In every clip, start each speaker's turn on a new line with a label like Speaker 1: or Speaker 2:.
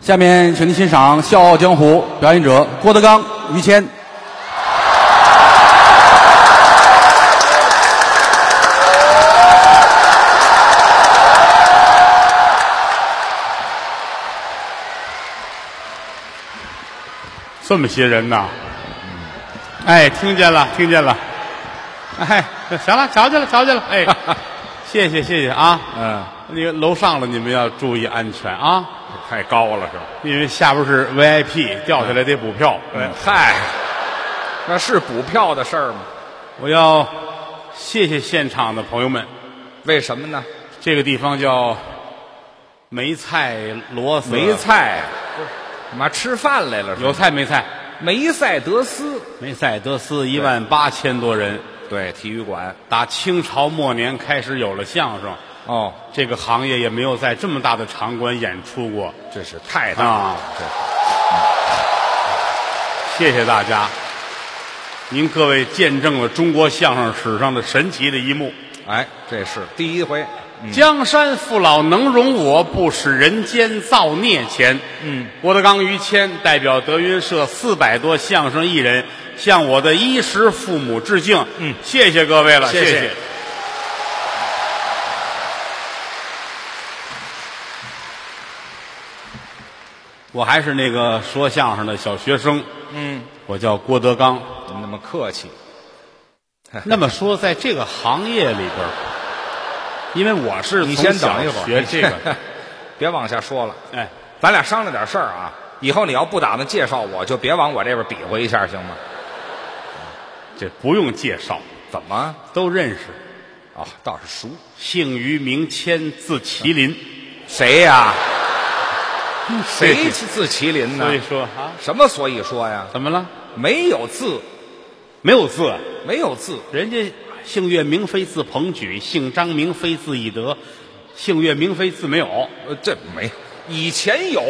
Speaker 1: 下面，请您欣赏《笑傲江湖》，表演者郭德纲、于谦。
Speaker 2: 这么些人呐！哎，听见了，听见了。哎，行了，瞧见了，瞧见了。 哎，谢谢，谢谢啊！
Speaker 1: 嗯，
Speaker 2: 那个楼上了，你们要注意安全啊！
Speaker 1: 太高了是吧？
Speaker 2: 因为下边是 VIP，掉下来得补票。哎，
Speaker 1: 嗯
Speaker 3: 嗯嗨，那是补票的事儿吗？
Speaker 2: 我要谢谢现场的朋友们。
Speaker 3: 为什么呢？
Speaker 2: 这个地方叫梅菜罗斯，
Speaker 3: 梅菜，干嘛吃饭来了？
Speaker 2: 啊有菜没菜？
Speaker 3: 梅赛德斯，
Speaker 2: 梅赛德斯一万八千多人，
Speaker 3: 对，体育馆。
Speaker 2: 打清朝末年开始有了相声，
Speaker 3: 哦，
Speaker 2: 这个行业也没有在这么大的场馆演出过
Speaker 3: 这是太大了。
Speaker 2: 啊！谢谢大家，您各位见证了中国相声史上的神奇的一幕。
Speaker 3: 哎，这是第一回。
Speaker 2: 嗯江山父老能容我，不使人间造孽钱。嗯，郭德纲、于谦代表德云社四百多相声艺人，向我的衣食父母致敬。嗯，谢谢各位了，
Speaker 3: 谢
Speaker 2: 谢
Speaker 3: 谢
Speaker 2: 我还是那个说相声的小学生，
Speaker 3: 嗯，
Speaker 2: 我叫郭德纲。
Speaker 3: 怎么那么客气？
Speaker 2: 那么说，在这个行业里边儿，因为我是
Speaker 3: 你
Speaker 2: 从
Speaker 3: 先
Speaker 2: 小
Speaker 3: 等一会儿，
Speaker 2: 学这个，
Speaker 3: 别往下说了。
Speaker 2: 哎，
Speaker 3: 咱俩商量点事儿啊。以后你要不打算介绍我，就别往我这边比划一下，行吗？
Speaker 2: 这不用介绍，
Speaker 3: 怎么？
Speaker 2: 都认识。
Speaker 3: 哦，倒是熟。
Speaker 2: 姓于名谦，字麒麟。
Speaker 3: 谁呀、谁
Speaker 2: 谢谢
Speaker 3: 字麒麟呢
Speaker 2: 所？以说啊，
Speaker 3: 什么？所以说呀，
Speaker 2: 怎么了？
Speaker 3: 没有字，
Speaker 2: 没有字啊，
Speaker 3: 没有字。
Speaker 2: 人家姓岳名飞，字鹏举；姓张名飞，字翼德；姓岳名飞，字没有。
Speaker 3: 呃，这没，以前有，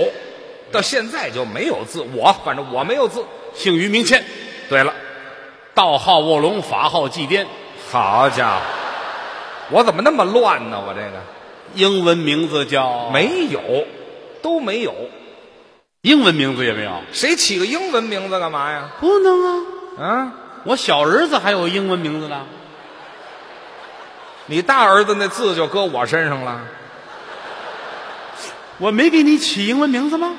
Speaker 3: 到现在就没有字。我反正我没有字。
Speaker 2: 姓于名谦，
Speaker 3: 对了，
Speaker 2: 道号卧龙，法号祭奠。
Speaker 3: 好家伙，我怎么那么乱呢？我这个
Speaker 2: 英文名字叫，
Speaker 3: 没有，都没有。
Speaker 2: 英文名字也没有，
Speaker 3: 谁起个英文名字干嘛呀？
Speaker 2: 不能啊！
Speaker 3: 啊，
Speaker 2: 我小儿子还有英文名字呢。
Speaker 3: 你大儿子那字就搁我身上了。
Speaker 2: 我没给你起英文名字吗？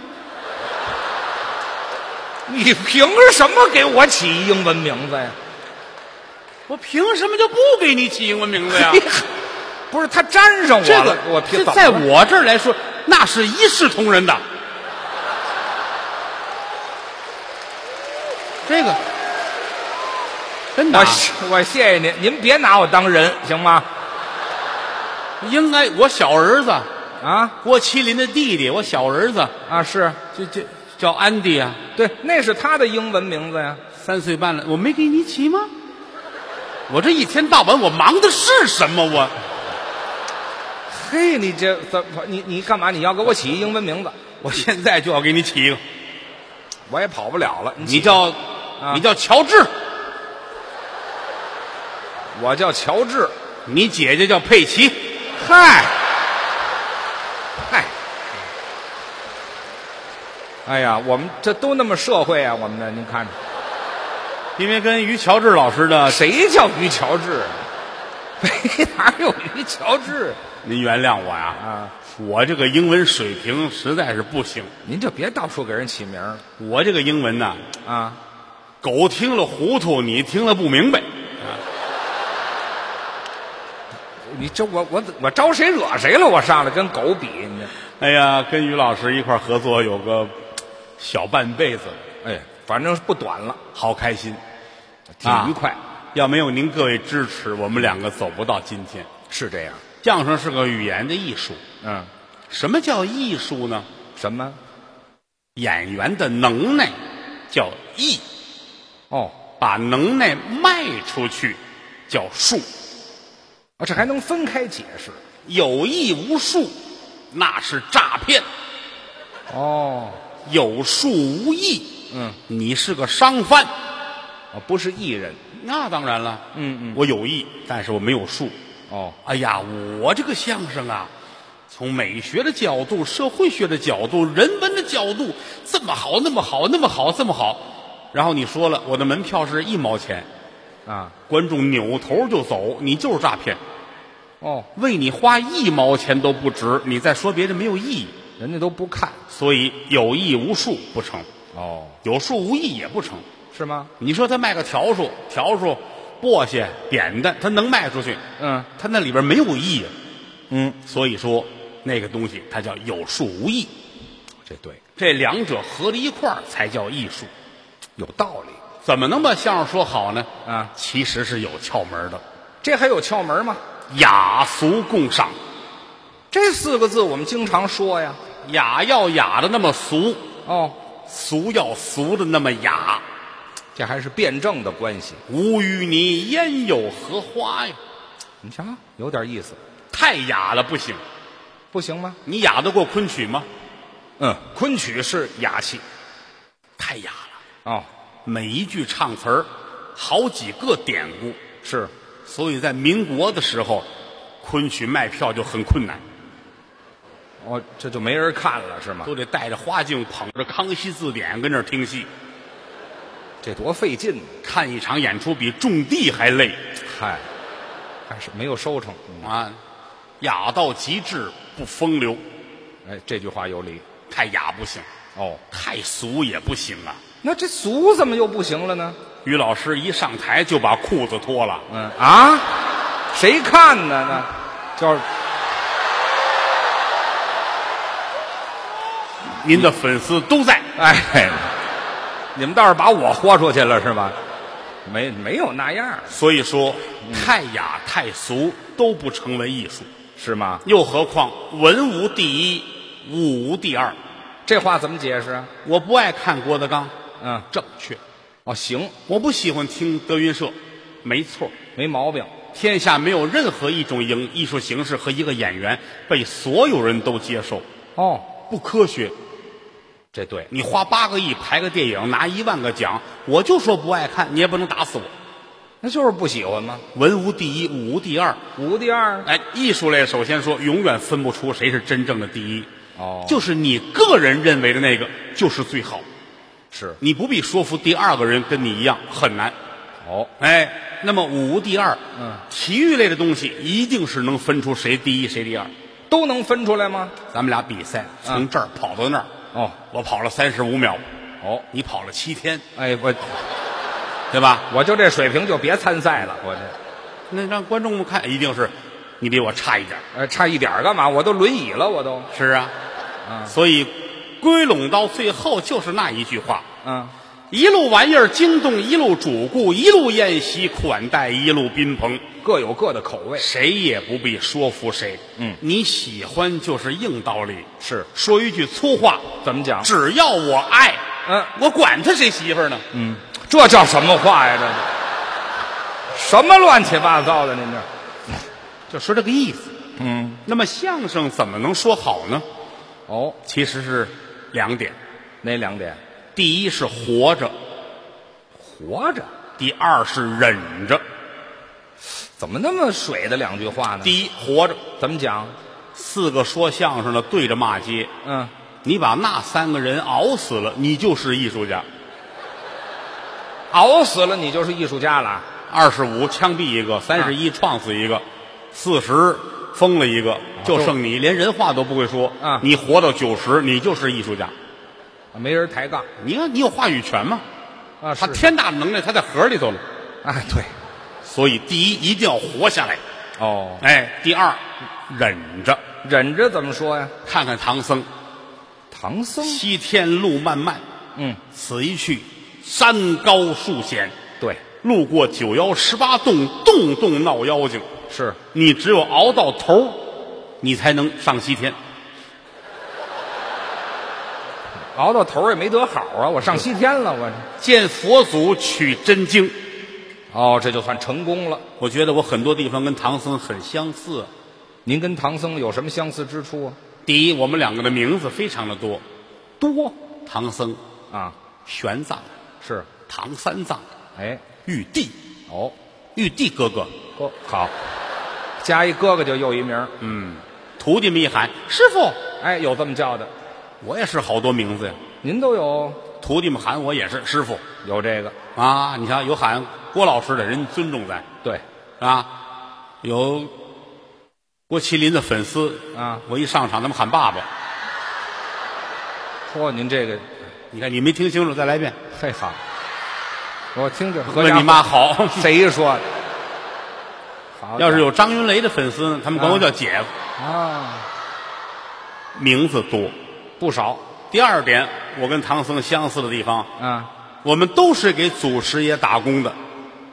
Speaker 3: 你凭什么给我起英文名字呀？
Speaker 2: 我凭什么就不给你起英文名字 呀？
Speaker 3: 不是他粘上我了，
Speaker 2: 啊这个
Speaker 3: 我凭
Speaker 2: 这
Speaker 3: 怎么
Speaker 2: 在我这儿来说，那是一视同仁的。这个真的啊、
Speaker 3: 我谢我谢谢您，您别拿我当人行吗？
Speaker 2: 应该我小儿子
Speaker 3: 啊
Speaker 2: 郭麒麟的弟弟，我小儿子
Speaker 3: 啊是，
Speaker 2: 这这叫安迪啊，
Speaker 3: 对，那是他的英文名字呀。
Speaker 2: 三岁半了，我没给你起吗？我这一天到晚我忙的是什么？我
Speaker 3: 嘿，你这怎么你你干嘛？你要给我起英文名字，
Speaker 2: 我现在就要给你起一个，
Speaker 3: 我也跑不了了。你
Speaker 2: 你叫、
Speaker 3: 啊
Speaker 2: 你叫乔治，
Speaker 3: 我叫乔治，
Speaker 2: 你姐姐叫佩奇，
Speaker 3: 嗨嗨，哎呀，我们这都那么社会啊，我们这您看着，
Speaker 2: 因为跟于乔治老师的
Speaker 3: 啊谁叫于乔治啊？ 没哪有于乔治？
Speaker 2: 您原谅我呀，
Speaker 3: 啊，
Speaker 2: 我这个英文水平实在是不行，
Speaker 3: 您就别到处给人起名儿
Speaker 2: 我这个英文呐，
Speaker 3: 啊！
Speaker 2: 狗听了糊涂，你听了不明白。
Speaker 3: 你这我我怎我招谁惹谁了？我上来跟狗比，你这
Speaker 2: 哎呀，跟于老师一块儿合作有个小半辈子，
Speaker 3: 哎，反正不短了，
Speaker 2: 好开心，
Speaker 3: 挺愉快，
Speaker 2: 啊要没有您各位支持，我们两个走不到今天。
Speaker 3: 是这样。
Speaker 2: 相声是个语言的艺术，
Speaker 3: 嗯，
Speaker 2: 什么叫艺术呢？
Speaker 3: 什么？
Speaker 2: 演员的能耐叫艺，
Speaker 3: 哦，
Speaker 2: 把能耐卖出去叫术。
Speaker 3: 哦这还能分开解释？
Speaker 2: 有意无术，那是诈骗；
Speaker 3: 哦，
Speaker 2: 有术无义，
Speaker 3: 嗯，
Speaker 2: 你是个商贩。
Speaker 3: 哦不是艺人。
Speaker 2: 那当然了，
Speaker 3: 嗯嗯
Speaker 2: 我有意，但是我没有术。
Speaker 3: 哦，
Speaker 2: 哎呀，我这个相声啊，从美学的角度、社会学的角度、人文的角度，这么好，那么好，那么好，这么好。然后你说了，我的门票是一毛钱，
Speaker 3: 啊，
Speaker 2: 观众扭头就走，你就是诈骗，
Speaker 3: 哦，
Speaker 2: 为你花一毛钱都不值，你再说别人没有意义，
Speaker 3: 人家都不看，
Speaker 2: 所以有意无术不成，
Speaker 3: 哦，
Speaker 2: 有术无艺也不成。
Speaker 3: 是吗？
Speaker 2: 你说他卖个笤帚、笤帚、簸箕、扁担，他能卖出去？
Speaker 3: 嗯，
Speaker 2: 他那里边没有意义，
Speaker 3: 嗯，
Speaker 2: 所以说那个东西它叫有术无艺，
Speaker 3: 这对，
Speaker 2: 这两者合在一块儿才叫艺术。
Speaker 3: 有道理
Speaker 2: 怎么能把相声说好呢？
Speaker 3: 啊。
Speaker 2: 其实是有窍门的，
Speaker 3: 这还有窍门吗？
Speaker 2: 雅俗共赏。
Speaker 3: 这四个字我们经常说呀。
Speaker 2: 雅要雅的那么俗，
Speaker 3: 哦，
Speaker 2: 俗要俗的那么雅。
Speaker 3: 这还是辩证的关系。
Speaker 2: 无与你焉有何花呀？
Speaker 3: 你瞧，有点意思，
Speaker 2: 太雅了不行，
Speaker 3: 不行吗？
Speaker 2: 你雅得过昆曲吗？
Speaker 3: 嗯，
Speaker 2: 昆曲是雅戏，太雅了，
Speaker 3: 哦，
Speaker 2: 每一句唱词儿，好几个典故，
Speaker 3: 是
Speaker 2: 所以在民国的时候，昆曲卖票就很困难，
Speaker 3: 哦，这就没人看了是吗？
Speaker 2: 都得带着花镜，捧着《康熙字典》跟那儿听戏，
Speaker 3: 这多费劲呢！
Speaker 2: 看一场演出比种地还累
Speaker 3: 嗨，还是没有收成。嗯
Speaker 2: 啊！雅到极致不风流，
Speaker 3: 哎，这句话有理。
Speaker 2: 太雅不行，
Speaker 3: 哦，
Speaker 2: 太俗也不行啊！
Speaker 3: 那这俗怎么又不行了呢？
Speaker 2: 于老师一上台就把裤子脱了，
Speaker 3: 嗯啊，谁看呢？那就是
Speaker 2: 您的粉丝都在。
Speaker 3: 哎，你们倒是把我豁出去了是吧？没没有那样儿
Speaker 2: 所以说，太雅太俗都不成为艺术，
Speaker 3: 是吗？
Speaker 2: 又何况文无第一，武无第二。
Speaker 3: 这话怎么解释啊？
Speaker 2: 我不爱看郭德纲，
Speaker 3: 嗯，
Speaker 2: 正确；
Speaker 3: 哦，行，
Speaker 2: 我不喜欢听德云社，没错。
Speaker 3: 没毛病。
Speaker 2: 天下没有任何一种影艺术形式和一个演员被所有人都接受，
Speaker 3: 哦，
Speaker 2: 不科学。
Speaker 3: 这对，
Speaker 2: 你花八个亿拍个电影，拿一万个奖，我就说不爱看，你也不能打死我。
Speaker 3: 那就是不喜欢吗？哦
Speaker 2: 文无第一，武无第二。
Speaker 3: 五第二
Speaker 2: 哎，艺术类首先说，永远分不出谁是真正的第一。
Speaker 3: 哦就
Speaker 2: 就是你个人认为的那个就是最好，
Speaker 3: 是
Speaker 2: 你不必说服第二个人跟你一样很难。
Speaker 3: 哦，
Speaker 2: 哎，那么五无第二，
Speaker 3: 嗯，
Speaker 2: 体育类的东西一定是能分出谁第一谁第二。
Speaker 3: 都能分出来吗？
Speaker 2: 咱们俩比赛，
Speaker 3: 嗯
Speaker 2: 从这儿跑到那儿，
Speaker 3: 哦
Speaker 2: 我跑了三十五秒，
Speaker 3: 哦，
Speaker 2: 你跑了七天，
Speaker 3: 哎，我
Speaker 2: 对吧？
Speaker 3: 我就这水平就别参赛了，我这
Speaker 2: 那让观众们看，一定是你比我差一点。
Speaker 3: 呃差一点儿干嘛？我都轮椅了，我都
Speaker 2: 是啊，
Speaker 3: 嗯
Speaker 2: 所以归拢到最后就是那一句话：
Speaker 3: 嗯，
Speaker 2: 一路玩意儿惊动，一路主顾，一路宴席款待，一路宾朋。
Speaker 3: 各有各的口味
Speaker 2: 谁也不必说服谁。
Speaker 3: 嗯
Speaker 2: 你喜欢就是硬道理。
Speaker 3: 是
Speaker 2: 说一句粗话，
Speaker 3: 怎么讲？
Speaker 2: 只要我爱，
Speaker 3: 嗯，
Speaker 2: 我管他谁媳妇儿呢？
Speaker 3: 嗯，这叫什么话呀？这是什么乱七八糟的？您这
Speaker 2: 就说这个意思。
Speaker 3: 嗯
Speaker 2: 那么相声怎么能说好呢？
Speaker 3: 哦，
Speaker 2: 其实是两点，
Speaker 3: 哪两点？
Speaker 2: 第一是活着，
Speaker 3: 活着
Speaker 2: 第二是忍着。
Speaker 3: 怎么那么水的两句话呢？
Speaker 2: 第一，活着，
Speaker 3: 怎么讲？
Speaker 2: 四个说相声的对着骂街，
Speaker 3: 嗯，
Speaker 2: 你把那三个人熬死了，你就是艺术家。
Speaker 3: 熬死了你就是艺术家了。
Speaker 2: 二十五枪毙一个，三十一
Speaker 3: 啊
Speaker 2: 撞死一个，四十封了一个，就剩你连人话都不会说。
Speaker 3: 啊
Speaker 2: 你活到九十，你就是艺术家。
Speaker 3: 没人抬杠
Speaker 2: 你看，你有话语权吗？
Speaker 3: 啊！
Speaker 2: 他
Speaker 3: 是
Speaker 2: 天大的能耐，他在盒里头呢。
Speaker 3: 哎，对，
Speaker 2: 所以，第一一定要活下来。
Speaker 3: 哦，
Speaker 2: 哎，第二，忍着，
Speaker 3: 忍着怎么说呀？
Speaker 2: 看看唐僧，
Speaker 3: 唐僧，
Speaker 2: 西天路漫漫，
Speaker 3: 嗯，
Speaker 2: 此一去，山高树险，
Speaker 3: 对，
Speaker 2: 路过九妖十八洞，洞洞闹妖精。
Speaker 3: 是
Speaker 2: 你只有熬到头儿，你才能上西天。
Speaker 3: 熬到头儿也没得好啊！我上西天了，我这
Speaker 2: 见佛祖取真经，
Speaker 3: 哦，这就算成功了。
Speaker 2: 我觉得我很多地方跟唐僧很相似。
Speaker 3: 您跟唐僧有什么相似之处啊？
Speaker 2: 第一，我们两个的名字非常的多，
Speaker 3: 多
Speaker 2: 唐僧、
Speaker 3: 啊，
Speaker 2: 玄奘、
Speaker 3: 是，
Speaker 2: 唐三藏、
Speaker 3: 哎，
Speaker 2: 玉帝、
Speaker 3: 哦，
Speaker 2: 玉帝哥哥、
Speaker 3: 哥好，加一哥哥就又一名儿，
Speaker 2: 徒弟们一喊师傅，
Speaker 3: 哎，有这么叫的，
Speaker 2: 我也是好多名字呀。
Speaker 3: 您都有
Speaker 2: 徒弟们喊我也是师傅
Speaker 3: 有这个，
Speaker 2: 啊，你瞧有喊郭老师的人尊重咱
Speaker 3: 对，
Speaker 2: 啊，有郭麒麟的粉丝
Speaker 3: 啊
Speaker 2: 我一上场他们喊爸爸，
Speaker 3: 嚯，您这个，
Speaker 2: 你看你没听清楚，再来一遍，
Speaker 3: 嘿好，我听着合
Speaker 2: 问
Speaker 3: 家
Speaker 2: 你妈好。
Speaker 3: 欢 谁说的？好
Speaker 2: 要是有张云雷的粉丝呢，他们管我叫姐夫，
Speaker 3: 啊，
Speaker 2: 名字多。
Speaker 3: 不少
Speaker 2: 第二点，我跟唐僧相似的地方，
Speaker 3: 啊，
Speaker 2: 我们都是给祖师爷打工的，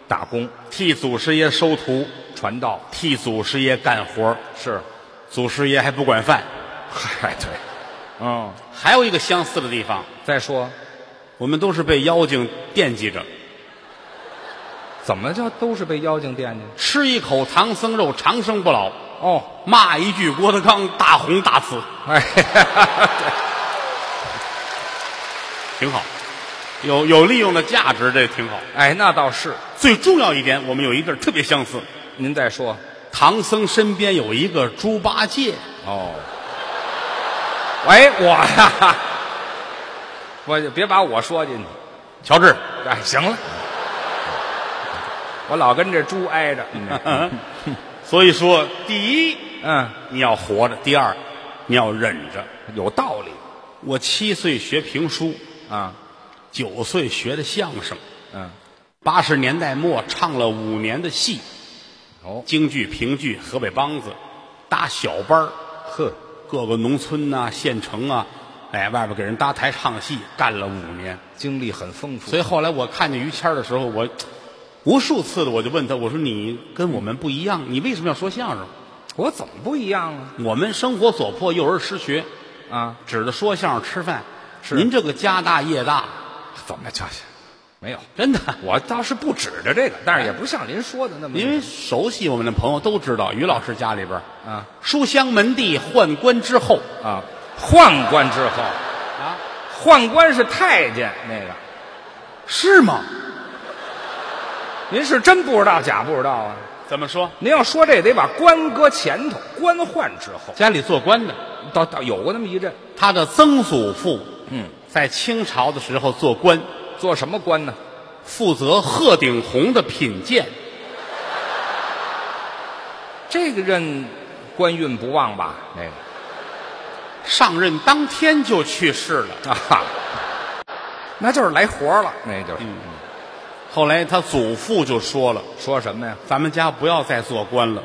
Speaker 3: 打工
Speaker 2: 替祖师爷收徒，
Speaker 3: 传道
Speaker 2: 替祖师爷干活儿
Speaker 3: 是，
Speaker 2: 祖师爷还不管饭。
Speaker 3: 嗨对，嗯，
Speaker 2: 还有一个相似的地方，
Speaker 3: 再说
Speaker 2: 我们都是被妖精惦记着，
Speaker 3: 怎么叫都是被妖精惦记？
Speaker 2: 吃一口唐僧肉长生不老，
Speaker 3: 哦，
Speaker 2: 骂一句郭德纲大红大紫，
Speaker 3: 哎，
Speaker 2: 挺好，有有利用的价值，这挺好。
Speaker 3: 哎，那倒是，
Speaker 2: 最重要一点，我们有一地儿特别相似，
Speaker 3: 您再说
Speaker 2: 唐僧身边有一个猪八戒，
Speaker 3: 哦。喂，我呀， 我就别把我说进去。
Speaker 2: 乔治。
Speaker 3: 哎，行了，我老跟这猪挨着。
Speaker 2: 所以说，第一呃
Speaker 3: 嗯，
Speaker 2: 你要活着，第二你要忍着。
Speaker 3: 有道理
Speaker 2: 我七岁学评书，
Speaker 3: 啊。
Speaker 2: 九岁学的相声，
Speaker 3: 嗯，
Speaker 2: 八十年代末唱了五年的戏，
Speaker 3: 哦，
Speaker 2: 京剧、评剧、河北梆子，搭小班儿，
Speaker 3: 呵，
Speaker 2: 各个农村呐、县城啊，哎，外边给人搭台唱戏，干了五年。
Speaker 3: 经历很丰富。
Speaker 2: 所以后来我看见于谦儿的时候，我无数次的我就问他，我说你跟我们不一样，你为什么要说相声？
Speaker 3: 我怎么不一样啊？
Speaker 2: 我们生活所迫，幼儿失学，
Speaker 3: 啊，
Speaker 2: 指着说相声吃饭。
Speaker 3: 是
Speaker 2: 您这个家大业大，
Speaker 3: 怎么叫没有？
Speaker 2: 真的。
Speaker 3: 我倒是不指着这个，但是也不像您说的那么
Speaker 2: 因为熟悉我们的朋友都知道，于老师家里边儿
Speaker 3: 啊
Speaker 2: 书香门第，宦官之后
Speaker 3: 啊，宦官之后，
Speaker 2: 啊，
Speaker 3: 宦官是太监那个。
Speaker 2: 是吗？
Speaker 3: 您是真不知道假不知道啊？
Speaker 2: 怎么说？
Speaker 3: 您要说这得把官搁前头，官宦之后，
Speaker 2: 家里做官的，
Speaker 3: 倒倒有过那么一阵。
Speaker 2: 他的曾祖父
Speaker 3: 嗯，
Speaker 2: 在清朝的时候做官，
Speaker 3: 做什么官呢？
Speaker 2: 负责鹤顶红的品鉴。
Speaker 3: 这个任官运不旺吧？那个
Speaker 2: 上任当天就去世了。
Speaker 3: 啊嗯哈， 那就是来活了，那就是、
Speaker 2: 后来他祖父就说了
Speaker 3: 说什么呀？：“
Speaker 2: 咱们家不要再做官了，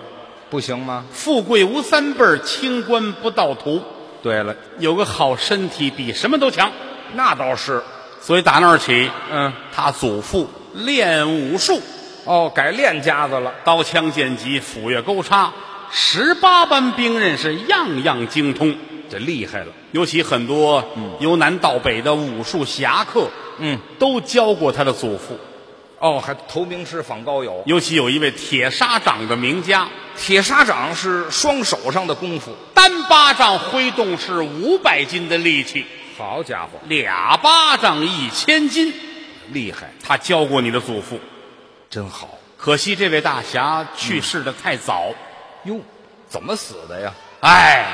Speaker 3: 不行吗？
Speaker 2: 富贵无三辈儿，清官不到头。
Speaker 3: 对了，
Speaker 2: 有个好身体比什么都强。
Speaker 3: 那倒是，”
Speaker 2: 所以打那儿起，
Speaker 3: 嗯，
Speaker 2: 他祖父练武术，
Speaker 3: 哦，改练家子了，
Speaker 2: 刀枪剑戟、斧钺钩叉，十八般兵刃是样样精通。
Speaker 3: 这厉害了，
Speaker 2: 尤其很多由南到北的武术侠客，
Speaker 3: 嗯，
Speaker 2: 都教过他的祖父。
Speaker 3: 哦，还投名师访高友，
Speaker 2: 尤其有一位铁砂掌的名家，
Speaker 3: 铁砂掌是双手上的功夫，
Speaker 2: 单巴掌挥动是五百斤的力气，
Speaker 3: 好家伙，
Speaker 2: 俩巴掌一千斤。
Speaker 3: 厉害，
Speaker 2: 他教过你的祖父，
Speaker 3: 真好
Speaker 2: 可惜这位大侠去世的太早。
Speaker 3: 嗯哟，怎么死的呀？
Speaker 2: 哎，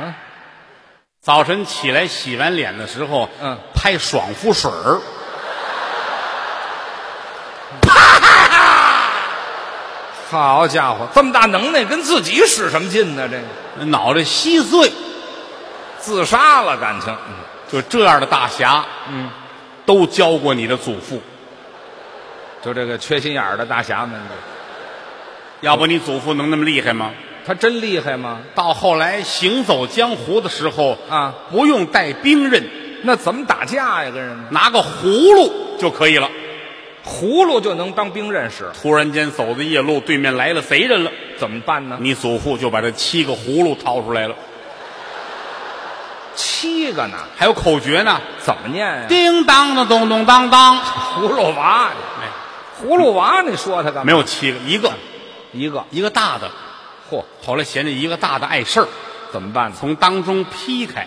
Speaker 3: 嗯，
Speaker 2: 早晨起来洗完脸的时候，
Speaker 3: 嗯，
Speaker 2: 拍爽肤水儿，
Speaker 3: 好家伙，这么大能耐，跟自己使什么劲呢？这个
Speaker 2: 脑袋稀碎。
Speaker 3: 自杀了，感情，嗯
Speaker 2: 就这样的大侠，嗯，都教过你的祖父。
Speaker 3: 就这个缺心眼儿的大侠们，
Speaker 2: 要不你祖父能那么厉害吗？
Speaker 3: 他真厉害吗？
Speaker 2: 到后来行走江湖的时候
Speaker 3: 啊，
Speaker 2: 不用带兵刃，
Speaker 3: 那怎么打架呀？跟人家
Speaker 2: 拿个葫芦就可以了。
Speaker 3: 葫芦就能当兵刃使，
Speaker 2: 突然间走在夜路，对面来了贼人了，
Speaker 3: 怎么办呢？
Speaker 2: 你祖父就把这七个葫芦掏出来了，
Speaker 3: 七个呢？
Speaker 2: 还有口诀呢，
Speaker 3: 怎么念呀、
Speaker 2: 叮当的咚咚当当，
Speaker 3: 葫芦娃，
Speaker 2: 哎，
Speaker 3: 葫芦娃，你说他干
Speaker 2: 没
Speaker 3: 嘛？
Speaker 2: 有七个，一个
Speaker 3: 一个，
Speaker 2: 一个大的。
Speaker 3: 嚯，
Speaker 2: 后来嫌这一个大的碍事儿，
Speaker 3: 怎么办呢？
Speaker 2: 从当中劈开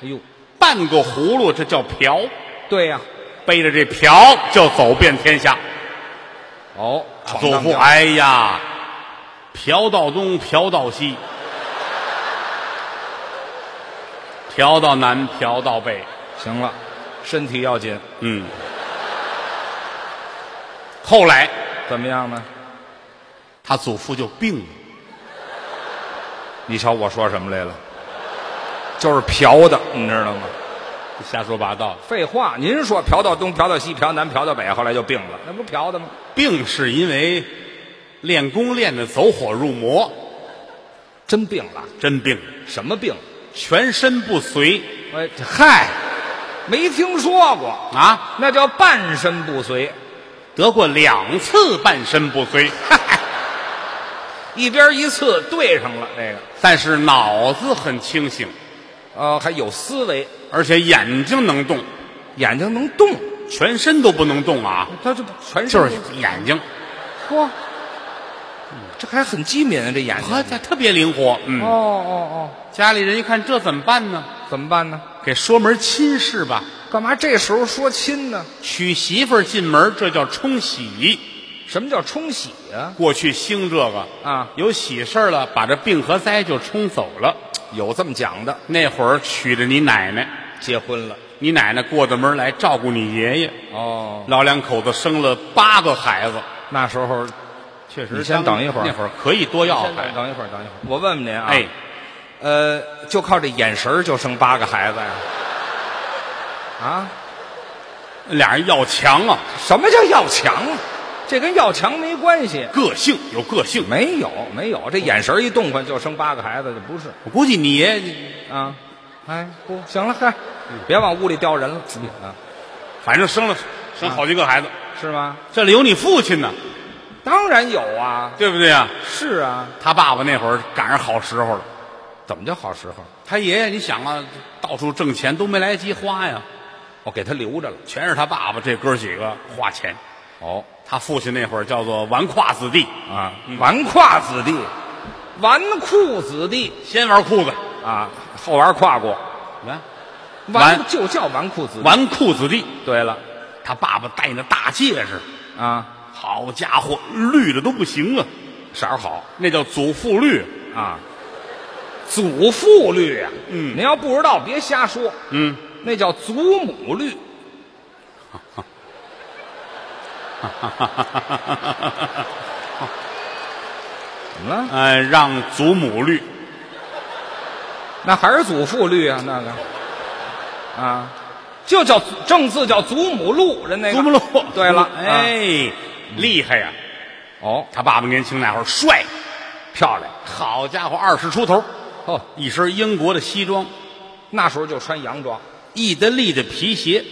Speaker 3: 哎呦，
Speaker 2: 半个葫芦，这叫瓢，
Speaker 3: 对呀、
Speaker 2: 背着这瓢就走遍天下。
Speaker 3: 哦，闯
Speaker 2: 祖
Speaker 3: 荡
Speaker 2: 父，哎
Speaker 3: 江
Speaker 2: 哎呀，瓢到东，瓢到西，嫖到南，嫖到北，
Speaker 3: 行了，身体要紧。
Speaker 2: 嗯。后来
Speaker 3: 怎么样呢？
Speaker 2: 他祖父就病了，
Speaker 3: 你瞧我说什么来了？就是嫖的，你知道吗？
Speaker 2: 瞎说八道。
Speaker 3: 废话，您说嫖到东，嫖到西，嫖南，嫖到北，后来就病了，那不是嫖的吗？
Speaker 2: 病是因为练功练的走火入魔，
Speaker 3: 真病了，
Speaker 2: 真病，
Speaker 3: 什么病？
Speaker 2: 全身不遂
Speaker 3: 哎，这嗨，没听说过，
Speaker 2: 啊，
Speaker 3: 那叫半身不遂，
Speaker 2: 得过两次半身不遂，
Speaker 3: 一边一次对上了那个，
Speaker 2: 但是脑子很清醒，
Speaker 3: 呃，还有思维，
Speaker 2: 而且眼睛能动，
Speaker 3: 眼睛能动，
Speaker 2: 全身都不能动啊，
Speaker 3: 他这全身
Speaker 2: 就是眼睛，
Speaker 3: 嚯，这还很机敏啊，这眼睛。
Speaker 2: 呵，这特别灵活。
Speaker 3: 哦
Speaker 2: 嗯，
Speaker 3: 哦
Speaker 2: 家里人一看这怎么办呢？
Speaker 3: 哦，怎么办呢？
Speaker 2: 给说门亲事吧，
Speaker 3: 干嘛这时候说亲呢？
Speaker 2: 娶媳妇儿进门，这叫冲喜。
Speaker 3: 什么叫冲喜啊呀、
Speaker 2: 过去兴这个
Speaker 3: 啊
Speaker 2: 有喜事儿了，把这病和灾就冲走了。
Speaker 3: 有这么讲的，
Speaker 2: 那会儿娶的你奶奶，
Speaker 3: 结婚了。
Speaker 2: 你奶奶过着门来照顾你爷爷，
Speaker 3: 哦，
Speaker 2: 老两口子生了八个孩子，
Speaker 3: 那时候
Speaker 2: 确实。
Speaker 3: 你先等一会儿
Speaker 2: 那会儿可以多要
Speaker 3: 先
Speaker 2: 孩子。
Speaker 3: 等等一会儿，等一会儿，我问问您啊，
Speaker 2: 啊哎，，
Speaker 3: 呃，就靠这眼神儿就生八个孩子呀？啊，
Speaker 2: 俩人要强啊，
Speaker 3: 什么叫要强？这跟要强没关系。
Speaker 2: 个性有个性。
Speaker 3: 没有，没有，这眼神儿一动换就生八个孩子，这不是
Speaker 2: 我估计你爷爷，
Speaker 3: 啊？哎，不行了，嗨，别往屋里叼人了，啊，
Speaker 2: 反正生了生好几个孩子，
Speaker 3: 是吗？
Speaker 2: 这里有你父亲呢，
Speaker 3: 当然有啊，
Speaker 2: 对不对啊？
Speaker 3: 是啊，
Speaker 2: 他爸爸那会儿赶上好时候了，
Speaker 3: 怎么叫好时候？
Speaker 2: 他爷爷你想啊，到处挣钱都没来得及花呀，
Speaker 3: 我给他留着了。
Speaker 2: 全是他爸爸这哥几个花钱。
Speaker 3: 哦
Speaker 2: 他父亲那会儿叫做纨绔子弟，
Speaker 3: 啊，纨绔子弟，纨绔子弟
Speaker 2: 先玩裤子，
Speaker 3: 啊，后玩胯过，
Speaker 2: 啊
Speaker 3: 纨
Speaker 2: 纨
Speaker 3: 就叫纨绔子弟。
Speaker 2: 纨绔子弟。
Speaker 3: 对了
Speaker 2: 他爸爸戴那大戒指，
Speaker 3: 啊，
Speaker 2: 好家伙，绿的都不行啊，
Speaker 3: 色儿好
Speaker 2: 那叫祖父绿。
Speaker 3: 啊，祖父绿啊，
Speaker 2: 嗯
Speaker 3: 您要不知道别瞎说，
Speaker 2: 嗯，
Speaker 3: 那叫祖母绿。 怎么了？
Speaker 2: 呃，让祖母绿，
Speaker 3: 那还是祖父绿啊，那个啊，就叫祖正字叫祖母绿，人那个
Speaker 2: 祖母绿。
Speaker 3: 哎对了，啊，
Speaker 2: 哎，厉害呀！
Speaker 3: 哦，
Speaker 2: 他爸爸年轻那会儿帅，
Speaker 3: 漂亮
Speaker 2: 好家伙，二十出头，
Speaker 3: 哦，
Speaker 2: 一身英国的西装，
Speaker 3: 那时候就穿洋装，
Speaker 2: 意大利的皮鞋，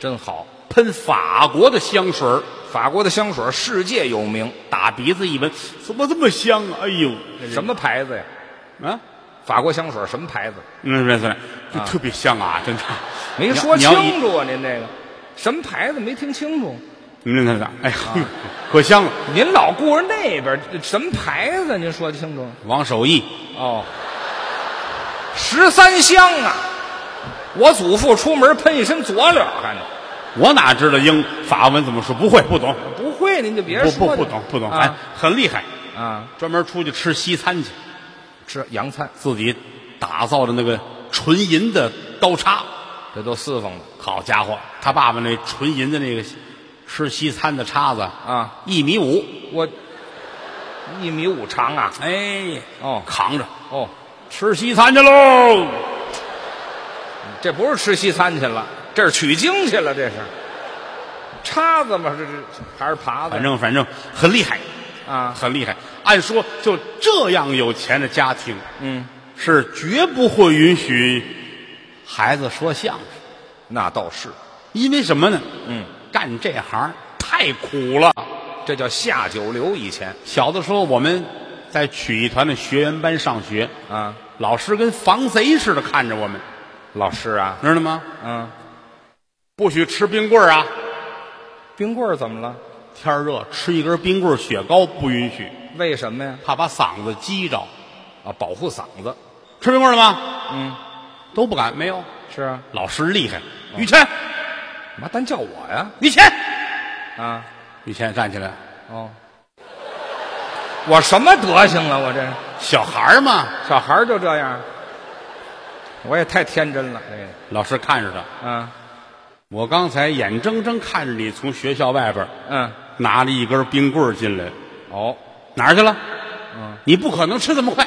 Speaker 3: 真好。
Speaker 2: 喷法国的香水儿
Speaker 3: 法国的香水世界有名，
Speaker 2: 打鼻子一闻，怎么这么香啊？哎呦，
Speaker 3: 什么牌子呀？
Speaker 2: 么啊？
Speaker 3: 法国香水什么牌子？
Speaker 2: 嗯，没错，就
Speaker 3: 啊
Speaker 2: 特别香啊，真的。
Speaker 3: 没说
Speaker 2: 你要你要
Speaker 3: 清楚啊，您这个什么牌子没听清楚？
Speaker 2: 你们看看，哎呀，
Speaker 3: 啊
Speaker 2: 可香了。
Speaker 3: 您老顾着那边这什么牌子？您说清楚
Speaker 2: 王守义，
Speaker 3: 哦。十三香啊！我祖父出门喷一身佐料，还能
Speaker 2: 我哪知道英法文怎么说？不会，不懂，
Speaker 3: 不会您就别
Speaker 2: 不
Speaker 3: 说
Speaker 2: 不
Speaker 3: 了
Speaker 2: 不懂，不懂，哎
Speaker 3: 啊，
Speaker 2: 很厉害，
Speaker 3: 啊！
Speaker 2: 专门出去吃西餐去，
Speaker 3: 吃洋菜，
Speaker 2: 自己打造的那个纯银的刀叉，
Speaker 3: 这都侍奉了。
Speaker 2: 好家伙，他爸爸那纯银的那个吃西餐的叉子
Speaker 3: 啊，
Speaker 2: 一米五，
Speaker 3: 我一米五长啊！
Speaker 2: 哎，
Speaker 3: 哦
Speaker 2: 扛着
Speaker 3: 哦，
Speaker 2: 吃西餐去喽。
Speaker 3: 这不是吃西餐去了，这是取经去了，这是叉子嘛？这这还是耙子？
Speaker 2: 反正反正很厉害，
Speaker 3: 啊，
Speaker 2: 很厉害。按说就这样有钱的家庭，
Speaker 3: 嗯，
Speaker 2: 是绝不会允许孩子说相声，
Speaker 3: 那倒是，
Speaker 2: 因为什么呢？
Speaker 3: 嗯，
Speaker 2: 干这行太苦了。
Speaker 3: 这叫下九流。以前
Speaker 2: 小的时候我们在曲艺团的学员班上学，
Speaker 3: 啊，
Speaker 2: 老师跟防贼似的看着我们，
Speaker 3: 老师啊，
Speaker 2: 知道吗？
Speaker 3: 嗯，
Speaker 2: 不许吃冰棍儿啊！
Speaker 3: 冰棍儿怎么了？
Speaker 2: 天儿热，吃一根冰棍儿雪糕不允许，
Speaker 3: 为什么呀？
Speaker 2: 怕把嗓子激着。
Speaker 3: 啊，保护嗓子。
Speaker 2: 吃冰棍儿了吗？
Speaker 3: 嗯，
Speaker 2: 都不敢，没有。
Speaker 3: 是啊，
Speaker 2: 老师厉害，于谦，
Speaker 3: 妈单叫我呀？
Speaker 2: 于谦，
Speaker 3: 啊，
Speaker 2: 于谦站起来，
Speaker 3: 哦，我什么德行了？我这
Speaker 2: 小孩儿嘛，
Speaker 3: 小孩儿就这样，我也太天真了，这个
Speaker 2: 老师看着他，
Speaker 3: 嗯
Speaker 2: 我刚才眼睁睁看着你从学校外边儿
Speaker 3: 嗯，
Speaker 2: 拿着一根冰棍儿进来，
Speaker 3: 哦，
Speaker 2: 哪儿去了？嗯，你不可能吃这么快。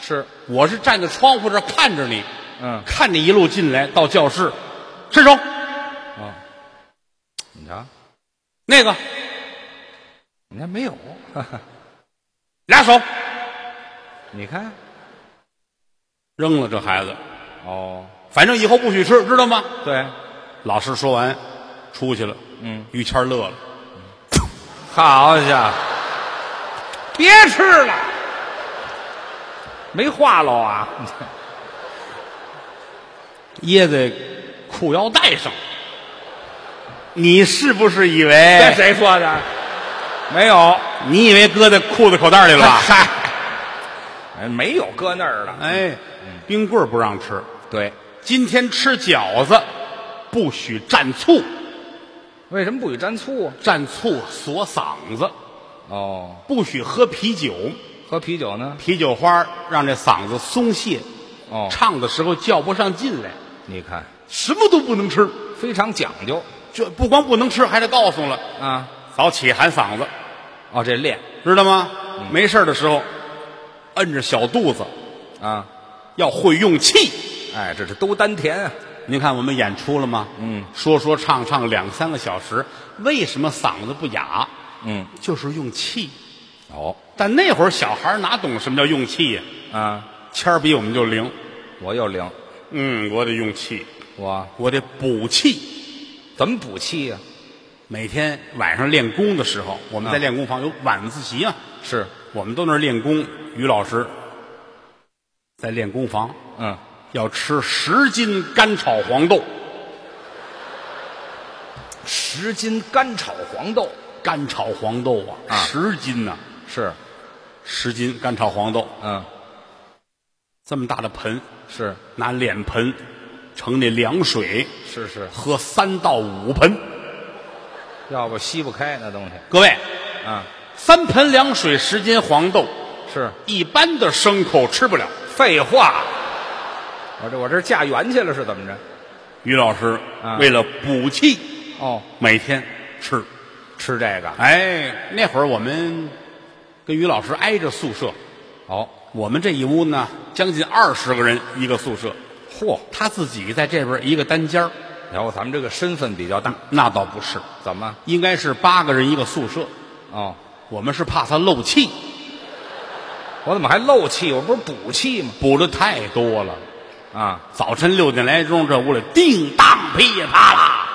Speaker 3: 是，
Speaker 2: 我是站在窗户这儿看着你，
Speaker 3: 嗯，
Speaker 2: 看你一路进来到教室，伸手
Speaker 3: 哦，你瞧，
Speaker 2: 那个
Speaker 3: 你看没有？
Speaker 2: 俩手
Speaker 3: 你看，
Speaker 2: 扔了这孩子，
Speaker 3: 哦，
Speaker 2: 反正以后不许吃，知道吗？
Speaker 3: 对，
Speaker 2: 老师说完，出去了。嗯，于谦儿乐了，
Speaker 3: 好家伙，别吃了，没话喽啊！
Speaker 2: 掖在裤腰带上。你是不是以为
Speaker 3: 这谁说的？哎没有，
Speaker 2: 你以为搁在裤子口袋里了吧？
Speaker 3: 嗨，哎没有搁那儿的。
Speaker 2: 哎，冰棍儿不让吃，
Speaker 3: 对，
Speaker 2: 今天吃饺子不许蘸醋，
Speaker 3: 为什么不许沾醋啊？
Speaker 2: 蘸醋锁嗓子，
Speaker 3: 哦，
Speaker 2: 不许喝啤酒，
Speaker 3: 喝啤酒呢？
Speaker 2: 啤酒花儿让这嗓子松懈，
Speaker 3: 哦
Speaker 2: 唱的时候叫不上劲来，
Speaker 3: 你看，
Speaker 2: 什么都不能吃，
Speaker 3: 非常讲究
Speaker 2: 这不光不能吃，还得告诉了，
Speaker 3: 啊。
Speaker 2: 早起喊嗓子，
Speaker 3: 哦，这练
Speaker 2: 知道吗？没事儿的时候，摁着小肚子，
Speaker 3: 啊，
Speaker 2: 要会用气。
Speaker 3: 哎，这是都丹田啊。
Speaker 2: 您看我们演出了吗？嗯，说说唱唱两三个小时，为什么嗓子不哑？
Speaker 3: 嗯，
Speaker 2: 就是用气。
Speaker 3: 哦，
Speaker 2: 但那会儿小孩儿哪懂什么叫用气呀、
Speaker 3: 啊，
Speaker 2: 谦儿比我们就灵。
Speaker 3: 我又灵，
Speaker 2: 嗯，我得用气，
Speaker 3: 我
Speaker 2: 我得补气。
Speaker 3: 怎么补气呀、
Speaker 2: 每天晚上练功的时候，我们在
Speaker 3: 啊
Speaker 2: 练功房有晚自习啊，
Speaker 3: 是，
Speaker 2: 我们都那儿练功。于老师在练功房
Speaker 3: 嗯，
Speaker 2: 要吃十斤干炒黄豆，
Speaker 3: 十斤干炒黄豆
Speaker 2: 干炒黄豆啊，
Speaker 3: 啊
Speaker 2: 十斤呐、
Speaker 3: 是，
Speaker 2: 十斤干炒黄豆，
Speaker 3: 嗯，
Speaker 2: 这么大的盆，
Speaker 3: 是
Speaker 2: 拿脸盆盛那凉水，
Speaker 3: 是是，
Speaker 2: 喝三到五盆。
Speaker 3: 要不吸不开那东西
Speaker 2: 各位，
Speaker 3: 啊。
Speaker 2: 三盆凉水，十斤黄豆，
Speaker 3: 是，
Speaker 2: 一般的牲口吃不了。
Speaker 3: 废话，我这我这驾圆去了是怎么着？
Speaker 2: 于老师
Speaker 3: 啊
Speaker 2: 为了补气，
Speaker 3: 哦，
Speaker 2: 每天吃。
Speaker 3: 吃这个，
Speaker 2: 哎，那会儿我们跟于老师挨着宿舍，
Speaker 3: 哦，
Speaker 2: 我们这一屋呢将近二十个人一个宿舍，
Speaker 3: 嚯，
Speaker 2: 他自己在这边一个单间儿
Speaker 3: 然后咱们这个身份比较大，
Speaker 2: 那倒不是，
Speaker 3: 怎么？
Speaker 2: 应该是八个人一个宿舍。
Speaker 3: 哦，
Speaker 2: 我们是怕他漏气，
Speaker 3: 我怎么还漏气？我不是补气吗？
Speaker 2: 补的太多了。
Speaker 3: 啊，
Speaker 2: 早晨六点来钟，这屋里叮当噼里啪啦。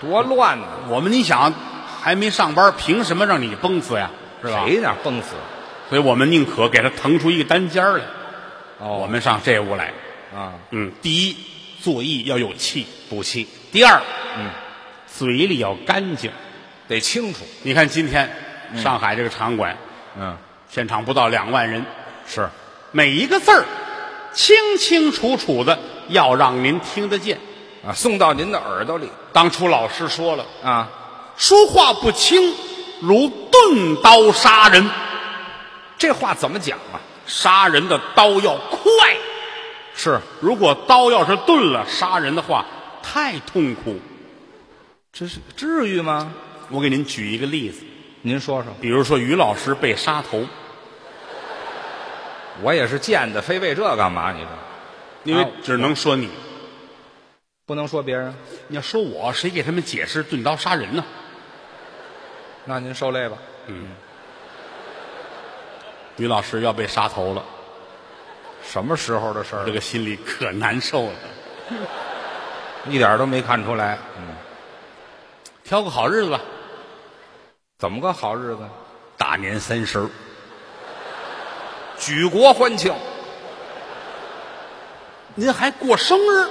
Speaker 3: 多乱呐、
Speaker 2: 我们你想，还没上班，凭什么让你崩死呀？是吧？
Speaker 3: 谁哪崩死？
Speaker 2: 所以我们宁可给他腾出一个单间儿来，
Speaker 3: 哦，
Speaker 2: 我们上这屋来。
Speaker 3: 啊，
Speaker 2: 嗯，第一，坐椅要有气，补气；第二，
Speaker 3: 嗯，
Speaker 2: 嘴里要干净。嗯
Speaker 3: 得清楚。
Speaker 2: 你看今天上海这个场馆，
Speaker 3: 嗯，
Speaker 2: 现场不到两万人，
Speaker 3: 是，
Speaker 2: 每一个字儿清清楚楚的，要让您听得见。
Speaker 3: 啊，送到您的耳朵里
Speaker 2: 当初老师说了。
Speaker 3: 啊，
Speaker 2: 说话不清，如钝刀杀人。
Speaker 3: 这话怎么讲啊？
Speaker 2: 杀人的刀要快，
Speaker 3: 是，
Speaker 2: 如果刀要是钝了，杀人的话太痛苦。
Speaker 3: 这是至于吗？
Speaker 2: 我给您举一个例子，
Speaker 3: 您说说，
Speaker 2: 比如说于老师被杀头，
Speaker 3: 我也是贱的，非为这干嘛？你说
Speaker 2: 因为
Speaker 3: 啊
Speaker 2: 只能说你，
Speaker 3: 不能说别人，
Speaker 2: 你要说我，谁给他们解释钝刀杀人呢？
Speaker 3: 那您受累吧。
Speaker 2: 于老师要被杀头了，
Speaker 3: 什么时候的事儿
Speaker 2: 这？个心里可难受了。
Speaker 3: 一点都没看出来。嗯，
Speaker 2: 挑个好日子吧，
Speaker 3: 怎么个好日子？
Speaker 2: 大年三十儿
Speaker 3: 举国欢庆。
Speaker 2: 您还过生日，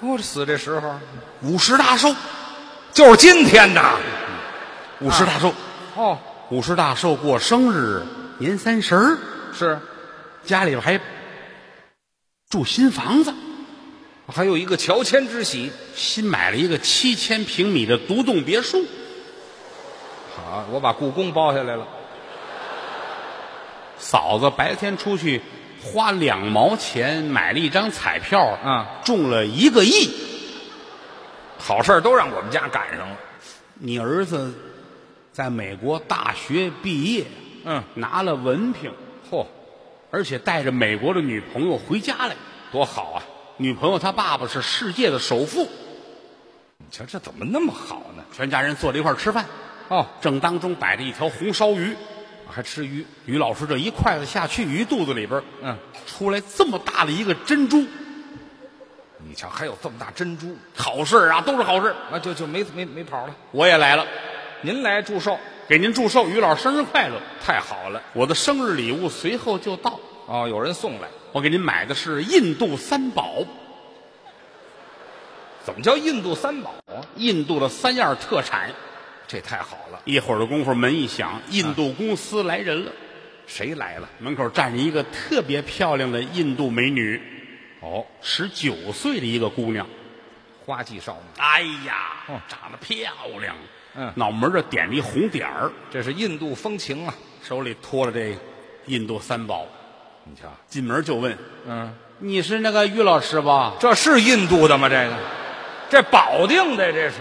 Speaker 3: 我死这时候
Speaker 2: 五十大寿，
Speaker 3: 就是今天呐。
Speaker 2: 五十大寿。
Speaker 3: 哦，
Speaker 2: 五十大寿过生日，年三十儿
Speaker 3: 是，
Speaker 2: 家里边还住新房子，
Speaker 3: 还有一个乔迁之喜。
Speaker 2: 新买了一个七千平米的独栋别墅。
Speaker 3: 好，我把故宫包下来了。
Speaker 2: 嫂子白天出去花两毛钱买了一张彩票，
Speaker 3: 啊，
Speaker 2: 中了一个亿。
Speaker 3: 好事儿都让我们家赶上了。
Speaker 2: 你儿子在美国大学毕业，
Speaker 3: 嗯，
Speaker 2: 拿了文凭，
Speaker 3: 嚯，
Speaker 2: 而且带着美国的女朋友回家来，
Speaker 3: 多好啊！
Speaker 2: 女朋友她爸爸是世界的首富，
Speaker 3: 你瞧这怎么那么好呢？
Speaker 2: 全家人坐在一块儿吃饭，
Speaker 3: 哦，
Speaker 2: 正当中摆着一条红烧鱼，
Speaker 3: 还吃鱼？
Speaker 2: 于老师这一筷子下去，鱼肚子里边，
Speaker 3: 嗯，
Speaker 2: 出来这么大的一个珍珠，
Speaker 3: 你瞧还有这么大珍珠
Speaker 2: 好事儿啊，都是好事儿。
Speaker 3: 啊，就就没没没跑了。
Speaker 2: 我也来了，
Speaker 3: 您来祝寿，
Speaker 2: 给您祝寿，于老师生日快乐！
Speaker 3: 太好了。
Speaker 2: 我的生日礼物随后就到，
Speaker 3: 哦，有人送来，
Speaker 2: 我给您买的是印度三宝，
Speaker 3: 怎么叫印度三宝啊？
Speaker 2: 印度的三样特产。
Speaker 3: 这太好了。
Speaker 2: 一会儿的功夫，门一响，印度公司来人了，
Speaker 3: 谁来了？
Speaker 2: 门口站着一个特别漂亮的印度美女，
Speaker 3: 哦，
Speaker 2: 十九岁的一个姑娘。
Speaker 3: 花季少女，
Speaker 2: 哎呀
Speaker 3: 哦，
Speaker 2: 长得漂亮，
Speaker 3: 嗯
Speaker 2: 脑门这点了一红点儿，
Speaker 3: 这是印度风情啊。
Speaker 2: 手里托着这印度三宝，
Speaker 3: 你瞧，
Speaker 2: 进门就问
Speaker 3: 嗯，：“
Speaker 2: 你是那个于老师吧
Speaker 3: 这是印度的吗？这个，这保定的这是。？”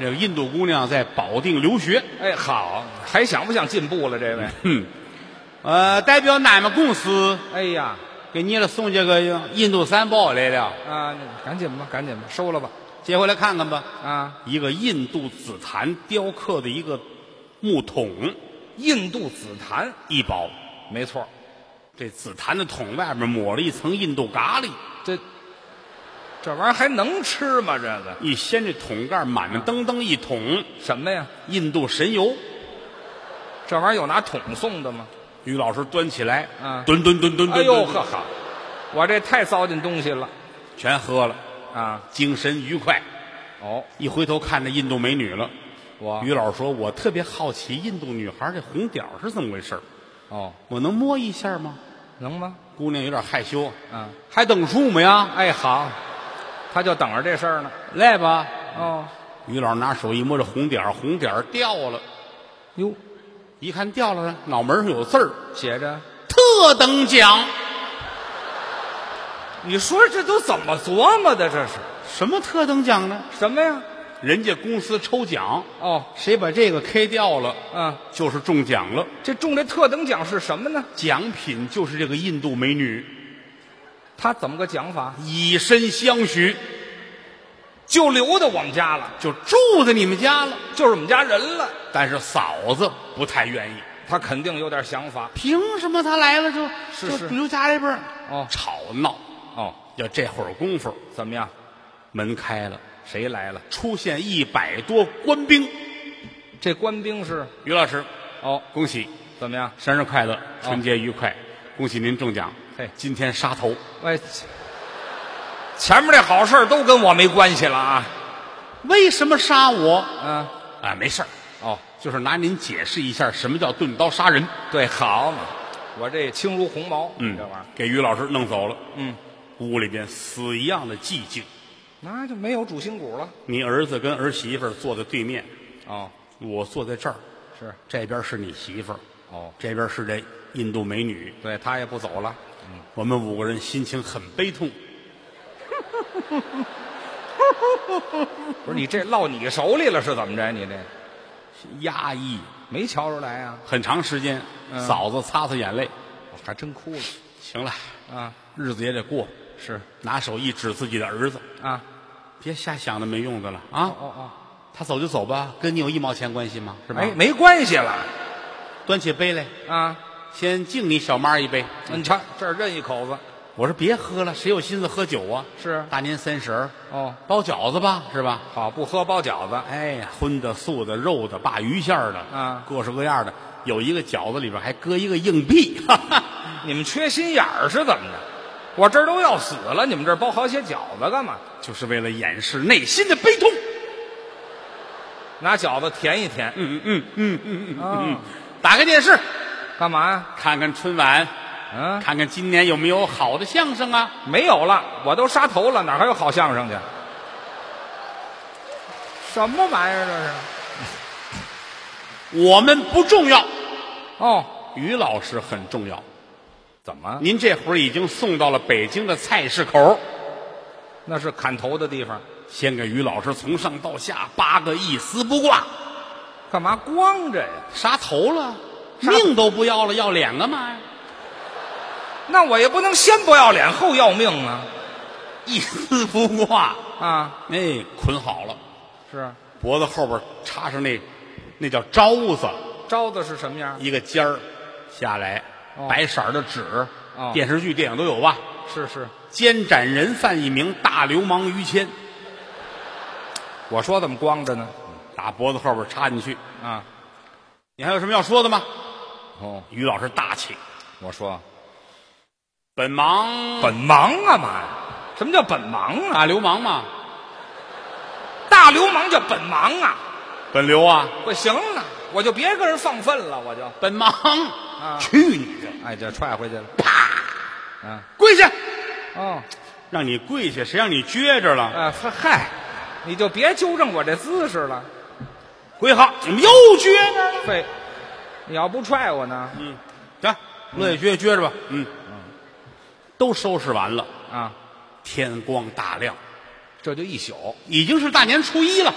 Speaker 2: 那个印度姑娘在保定留学，
Speaker 3: 哎，好，还想不想进步了？这位，
Speaker 2: 哼，呃，代表俺们公司
Speaker 3: 哎呀，
Speaker 2: 给你了送这个印度三宝来了，
Speaker 3: 啊，那赶紧吧，赶紧吧，收了吧。
Speaker 2: 接回来看看吧。
Speaker 3: 啊，
Speaker 2: 一个印度紫檀雕刻的一个木桶，
Speaker 3: 印度紫檀，
Speaker 2: 一宝。
Speaker 3: 没错儿，
Speaker 2: 这紫檀的桶外面抹了一层印度咖喱，
Speaker 3: 这这玩意儿还能吃吗？这个
Speaker 2: 一掀这桶盖，满满登登一桶
Speaker 3: 什么呀？
Speaker 2: 印度神油。
Speaker 3: 这玩意儿有拿桶送的吗？
Speaker 2: 于老师端起来，
Speaker 3: 啊
Speaker 2: 吨吨吨吨吨，
Speaker 3: 哎呦
Speaker 2: 吨
Speaker 3: 呵，好，我这太糟践东西了
Speaker 2: 全喝了，
Speaker 3: 啊！
Speaker 2: 精神愉快。
Speaker 3: 哦，
Speaker 2: 一回头看着印度美女了，
Speaker 3: 我
Speaker 2: 于老师说：“我特别好奇印度女孩这红点儿是怎么回事儿
Speaker 3: 哦，
Speaker 2: 我能摸一下吗
Speaker 3: 能吗？？”
Speaker 2: 姑娘有点害羞，
Speaker 3: 啊，
Speaker 2: 还等数么呀？
Speaker 3: 哎好，他就等着这事儿呢。
Speaker 2: 来吧，
Speaker 3: 哦，
Speaker 2: 于老师拿手一摸这红点儿，红点儿掉了，
Speaker 3: 哟，
Speaker 2: 一看掉了，脑门上有字儿，
Speaker 3: 写着，
Speaker 2: 特等奖。
Speaker 3: 你说这都怎么琢磨的？这是
Speaker 2: 什么特等奖呢？
Speaker 3: 什么呀？
Speaker 2: 人家公司抽奖，
Speaker 3: 哦，
Speaker 2: 谁把这个 K 掉了，
Speaker 3: 啊，
Speaker 2: 就是中奖了。
Speaker 3: 这中这特等奖是什么呢？
Speaker 2: 奖品就是这个印度美女，
Speaker 3: 他怎么个讲法？
Speaker 2: 以身相许，
Speaker 3: 就留到我们家了，
Speaker 2: 就住在你们家了。
Speaker 3: 就是我们家人了。
Speaker 2: 但是嫂子不太愿意，
Speaker 3: 他肯定有点想法。
Speaker 2: 凭什么他来了就是
Speaker 3: 是
Speaker 2: 就留家里边儿
Speaker 3: 哦
Speaker 2: 吵闹？
Speaker 3: 哦，
Speaker 2: 要这会儿功夫，
Speaker 3: 怎么样？
Speaker 2: 门开了，
Speaker 3: 谁来了？
Speaker 2: 出现一百多官兵。
Speaker 3: 这官兵是？
Speaker 2: 于老师，
Speaker 3: 哦，
Speaker 2: 恭喜
Speaker 3: 怎么样？
Speaker 2: 生日快乐，春节愉快，恭喜您中奖。
Speaker 3: 嘿
Speaker 2: 今天杀头，
Speaker 3: 喂，前面这好事儿都跟我没关系了啊。
Speaker 2: 为什么杀我？
Speaker 3: 嗯，
Speaker 2: 啊，没事儿，
Speaker 3: 哦，
Speaker 2: 就是拿您解释一下什么叫钝刀杀人。
Speaker 3: 对，好嘛，我这轻如鸿毛，
Speaker 2: 嗯
Speaker 3: 这玩意儿，
Speaker 2: 给于老师弄走了。
Speaker 3: 嗯，
Speaker 2: 屋里边死一样的寂静。
Speaker 3: 那就没有主心骨了。
Speaker 2: 你儿子跟儿媳妇儿坐在对面，
Speaker 3: 哦，
Speaker 2: 我坐在这儿，
Speaker 3: 是，
Speaker 2: 这边是你媳妇儿，
Speaker 3: 哦，
Speaker 2: 这边是这印度美女。
Speaker 3: 对他也不走了。
Speaker 2: 我们五个人心情很悲痛。
Speaker 3: 不是你这落你手里了是怎么着？你这
Speaker 2: 压抑
Speaker 3: 没瞧出来啊？
Speaker 2: 很长时间，
Speaker 3: 嗯
Speaker 2: 嫂子擦擦眼泪，
Speaker 3: 我还真哭了
Speaker 2: 行了，
Speaker 3: 啊！
Speaker 2: 日子也得过。
Speaker 3: 是
Speaker 2: 拿手一指自己的儿子，
Speaker 3: 啊，
Speaker 2: 别瞎想那没用的了啊！
Speaker 3: 哦哦，
Speaker 2: 他走就走吧，跟你有一毛钱关系吗？是吧？
Speaker 3: 哎没没关系了
Speaker 2: 端起杯来，
Speaker 3: 啊。
Speaker 2: 先敬你小妈一杯。
Speaker 3: 你瞧这儿认一口子
Speaker 2: 我说别喝了，谁有心思喝酒啊？
Speaker 3: 是
Speaker 2: 大年三十儿
Speaker 3: 哦，
Speaker 2: 包饺子吧，是吧？
Speaker 3: 好不喝包饺子，
Speaker 2: 哎呀，荤的、素的、肉的、鲅鱼馅儿的，
Speaker 3: 啊
Speaker 2: 各式各样的。有一个饺子里边还搁一个硬币， 哈哈。
Speaker 3: 你们缺心眼儿是怎么着？我这儿都要死了，你们这儿包好些饺子干嘛？
Speaker 2: 就是为了掩饰内心的悲痛。
Speaker 3: 拿饺子填一填，
Speaker 2: 嗯嗯嗯嗯嗯
Speaker 3: 啊
Speaker 2: 嗯，打开电视，
Speaker 3: 干嘛呀？
Speaker 2: 看看春晚，
Speaker 3: 嗯，
Speaker 2: 看看今年有没有好的相声啊。
Speaker 3: 没有了，我都杀头了，哪还有好相声去？什么玩意儿这是？
Speaker 2: 我们不重要，
Speaker 3: 哦，
Speaker 2: 于老师很重要。
Speaker 3: 怎么？
Speaker 2: 您这会儿已经送到了北京的菜市口，
Speaker 3: 那是砍头的地方，
Speaker 2: 先给于老师从上到下八个一丝不挂，
Speaker 3: 干嘛光着呀？
Speaker 2: 杀头了，
Speaker 3: 杀
Speaker 2: 命都不要了，要脸干嘛呀？
Speaker 3: 那我也不能先不要脸后要命啊！
Speaker 2: 一丝不挂，
Speaker 3: 啊，
Speaker 2: 哎，捆好了，
Speaker 3: 是
Speaker 2: 脖子后边插上那那叫招子，
Speaker 3: 招子是什么样？
Speaker 2: 一个尖儿下来，
Speaker 3: 哦
Speaker 2: 白色儿的纸，
Speaker 3: 哦
Speaker 2: 电视剧、电影都有吧？
Speaker 3: 是是，
Speaker 2: 监斩人犯一名大流氓于谦，
Speaker 3: 我说怎么光着呢？
Speaker 2: 打脖子后边插进去。
Speaker 3: 啊，
Speaker 2: 你还有什么要说的吗？
Speaker 3: 哦，
Speaker 2: 于老师大气，
Speaker 3: 我说
Speaker 2: 本忙
Speaker 3: 本忙干嘛呀？什么叫本忙啊？
Speaker 2: 大流氓嘛，
Speaker 3: 大流氓叫本忙啊！
Speaker 2: 本流啊，
Speaker 3: 我行了，我就别跟人放粪了，我就
Speaker 2: 本忙，
Speaker 3: 啊
Speaker 2: 去你的，
Speaker 3: 哎，这踹回去了，啪！啊，
Speaker 2: 跪下，
Speaker 3: 哦，
Speaker 2: 让你跪下，谁让你撅着了？
Speaker 3: 啊，嗨，你就别纠正我这姿势了。
Speaker 2: 跪好，怎么又撅呢？
Speaker 3: 对，你要不踹我呢？
Speaker 2: 嗯，行，乐意撅就撅着吧，嗯，都收拾完了，
Speaker 3: 啊，
Speaker 2: 天光大亮，
Speaker 3: 这就一宿，
Speaker 2: 已经是大年初一了。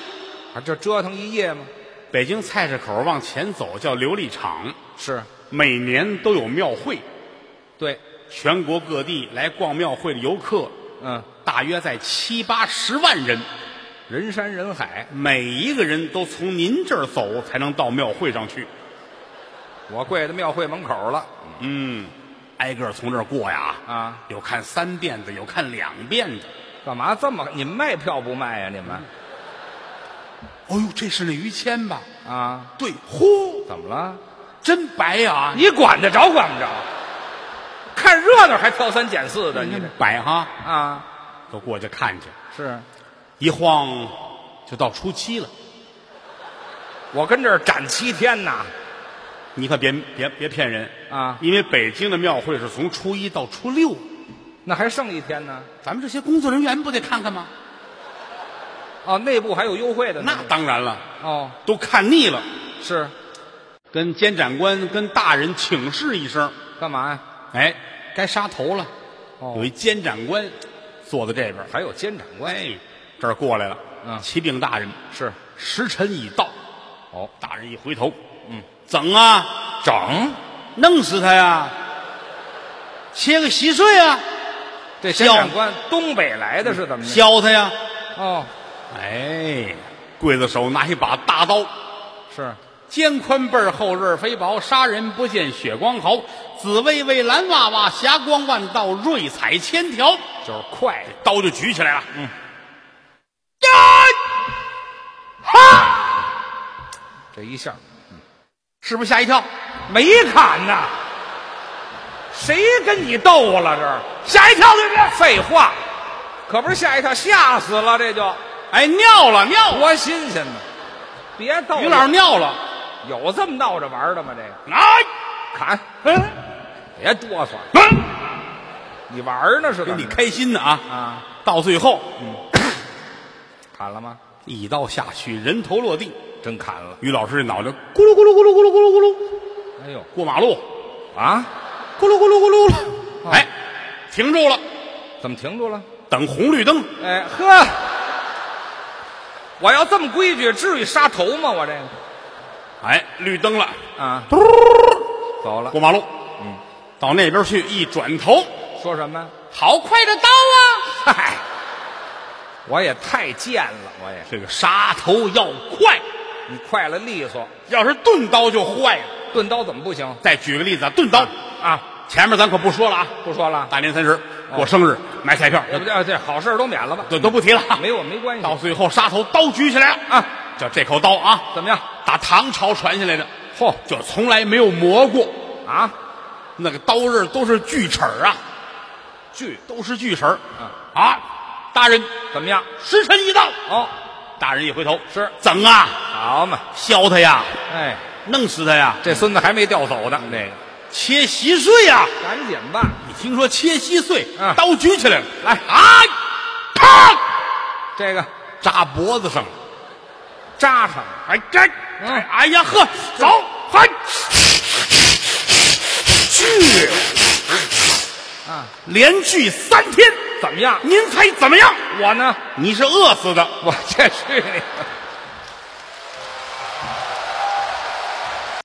Speaker 3: 啊，这折腾一夜吗？
Speaker 2: 北京菜市口往前走叫琉璃厂，
Speaker 3: 是，
Speaker 2: 每年都有庙会，
Speaker 3: 对，
Speaker 2: 全国各地来逛庙会的游客
Speaker 3: 嗯，
Speaker 2: 大约在七八十万人，
Speaker 3: 人山人海，
Speaker 2: 每一个人都从您这儿走才能到庙会上去。
Speaker 3: 我跪在庙会门口了。
Speaker 2: 嗯，挨个儿从这儿过呀。
Speaker 3: 啊，
Speaker 2: 有看三遍的，有看两遍的。
Speaker 3: 干嘛这么？你们卖票不卖呀、你们
Speaker 2: 哦呦，这是那于谦吧？
Speaker 3: 啊？
Speaker 2: 对，嚯，
Speaker 3: 怎么了？
Speaker 2: 真白呀、啊！
Speaker 3: 你管得着管不着？看热闹还挑三拣四的，你这
Speaker 2: 白哈，
Speaker 3: 啊
Speaker 2: 都过去看去。
Speaker 3: 是。
Speaker 2: 一晃就到初七了，
Speaker 3: 我跟这儿展七天呐，
Speaker 2: 你可别别别骗人
Speaker 3: 啊
Speaker 2: 因为北京的庙会是从初一到初六，
Speaker 3: 那还剩一天呢。
Speaker 2: 咱们这些工作人员不得看看吗？
Speaker 3: 哦，内部还有优惠的呢。
Speaker 2: 那当然了，
Speaker 3: 哦，
Speaker 2: 都看腻了，
Speaker 3: 是
Speaker 2: 跟监斩官、跟大人请示一声，
Speaker 3: 干嘛呀？
Speaker 2: 哎，该杀头了。
Speaker 3: 哦
Speaker 2: 有一监斩官坐在这边，
Speaker 3: 还有监斩官
Speaker 2: 哎，这儿过来了，
Speaker 3: 嗯
Speaker 2: 启禀大人，
Speaker 3: 是
Speaker 2: 时辰已到。
Speaker 3: 哦，
Speaker 2: 大人一回头，嗯，整啊，整，弄死他呀，切个稀碎啊，
Speaker 3: 这监斩官东北来的是怎么的？
Speaker 2: 削他呀。
Speaker 3: 哦，
Speaker 2: 哎，刽子手拿一把大刀，
Speaker 3: 是
Speaker 2: 肩宽背儿厚刃儿肥薄，杀人不见血光毫。紫薇薇，蓝娃娃，霞光万道，瑞彩千条。
Speaker 3: 就是快
Speaker 2: 刀就举起来了，嗯，
Speaker 3: 这一下
Speaker 2: 是不是吓一跳？
Speaker 3: 没砍呐，谁跟你斗了这儿？吓一跳对不对？废话，可不是吓一跳，吓死了这就
Speaker 2: 哎，尿了尿了，
Speaker 3: 多新鲜呢！别逗了
Speaker 2: 于老师尿了，
Speaker 3: 有这么闹着玩的吗？这个
Speaker 2: 哎，
Speaker 3: 砍，别哆嗦，你玩呢是
Speaker 2: 跟
Speaker 3: 怎么
Speaker 2: 你
Speaker 3: 着？
Speaker 2: 开心呢啊！
Speaker 3: 啊，
Speaker 2: 到最后，
Speaker 3: 砍了吗？
Speaker 2: 一刀下去，人头落地。
Speaker 3: 真砍了！
Speaker 2: 于老师这脑袋咕噜咕噜咕噜咕噜咕噜咕噜
Speaker 3: 哎呦
Speaker 2: 过马路，
Speaker 3: 啊，
Speaker 2: 咕噜咕噜咕噜咕噜，哎，停住了，
Speaker 3: 怎么停住了？
Speaker 2: 等红绿灯。
Speaker 3: 哎呵，我要这么规矩，至于杀头吗？我这个
Speaker 2: 哎，绿灯了，
Speaker 3: 啊，走了
Speaker 2: 过。马路。嗯，到那边去，一转头，
Speaker 3: 说什么？
Speaker 2: 好快的刀啊！
Speaker 3: 嗨，我也太贱了，我也
Speaker 2: 这个杀头要快，
Speaker 3: 你快了利索，
Speaker 2: 要是钝刀就坏了。
Speaker 3: 钝刀怎么不行
Speaker 2: 再举个例子啊，钝刀
Speaker 3: 啊？
Speaker 2: 前面咱可不说了啊。
Speaker 3: 不说了，
Speaker 2: 大年三十过生日买彩票，
Speaker 3: 也不叫这好事儿都免了吧？
Speaker 2: 都都不提了啊。
Speaker 3: 没我没关系
Speaker 2: 到最后，杀头刀举起来了，
Speaker 3: 啊。
Speaker 2: 叫这口刀啊，
Speaker 3: 怎么样？
Speaker 2: 打唐朝传下来的，
Speaker 3: 嚯
Speaker 2: 就从来没有磨过。
Speaker 3: 啊，
Speaker 2: 那个刀刃都是锯齿儿啊，锯都是锯齿儿
Speaker 3: 啊
Speaker 2: 啊！大人，
Speaker 3: 怎么样？
Speaker 2: 时辰已到。
Speaker 3: 哦，
Speaker 2: 大人一回头，
Speaker 3: 是
Speaker 2: 整啊，
Speaker 3: 好嘛，
Speaker 2: 削他呀，
Speaker 3: 哎，
Speaker 2: 弄死他呀，
Speaker 3: 这孙子还没调走呢，这个
Speaker 2: 切稀碎呀！
Speaker 3: 赶紧吧，
Speaker 2: 你听说切稀碎，
Speaker 3: 嗯
Speaker 2: 刀举起来了，
Speaker 3: 来
Speaker 2: 啊，啪，
Speaker 3: 这个
Speaker 2: 扎脖子上了。
Speaker 3: 扎上了
Speaker 2: 哎这，
Speaker 3: 嗯
Speaker 2: 哎哎呀呵，走，嘿，去，
Speaker 3: 啊，
Speaker 2: 连续三天，
Speaker 3: 怎么样？
Speaker 2: 您猜怎么样？
Speaker 3: 我呢？
Speaker 2: 你是饿死的。
Speaker 3: 我这去你的！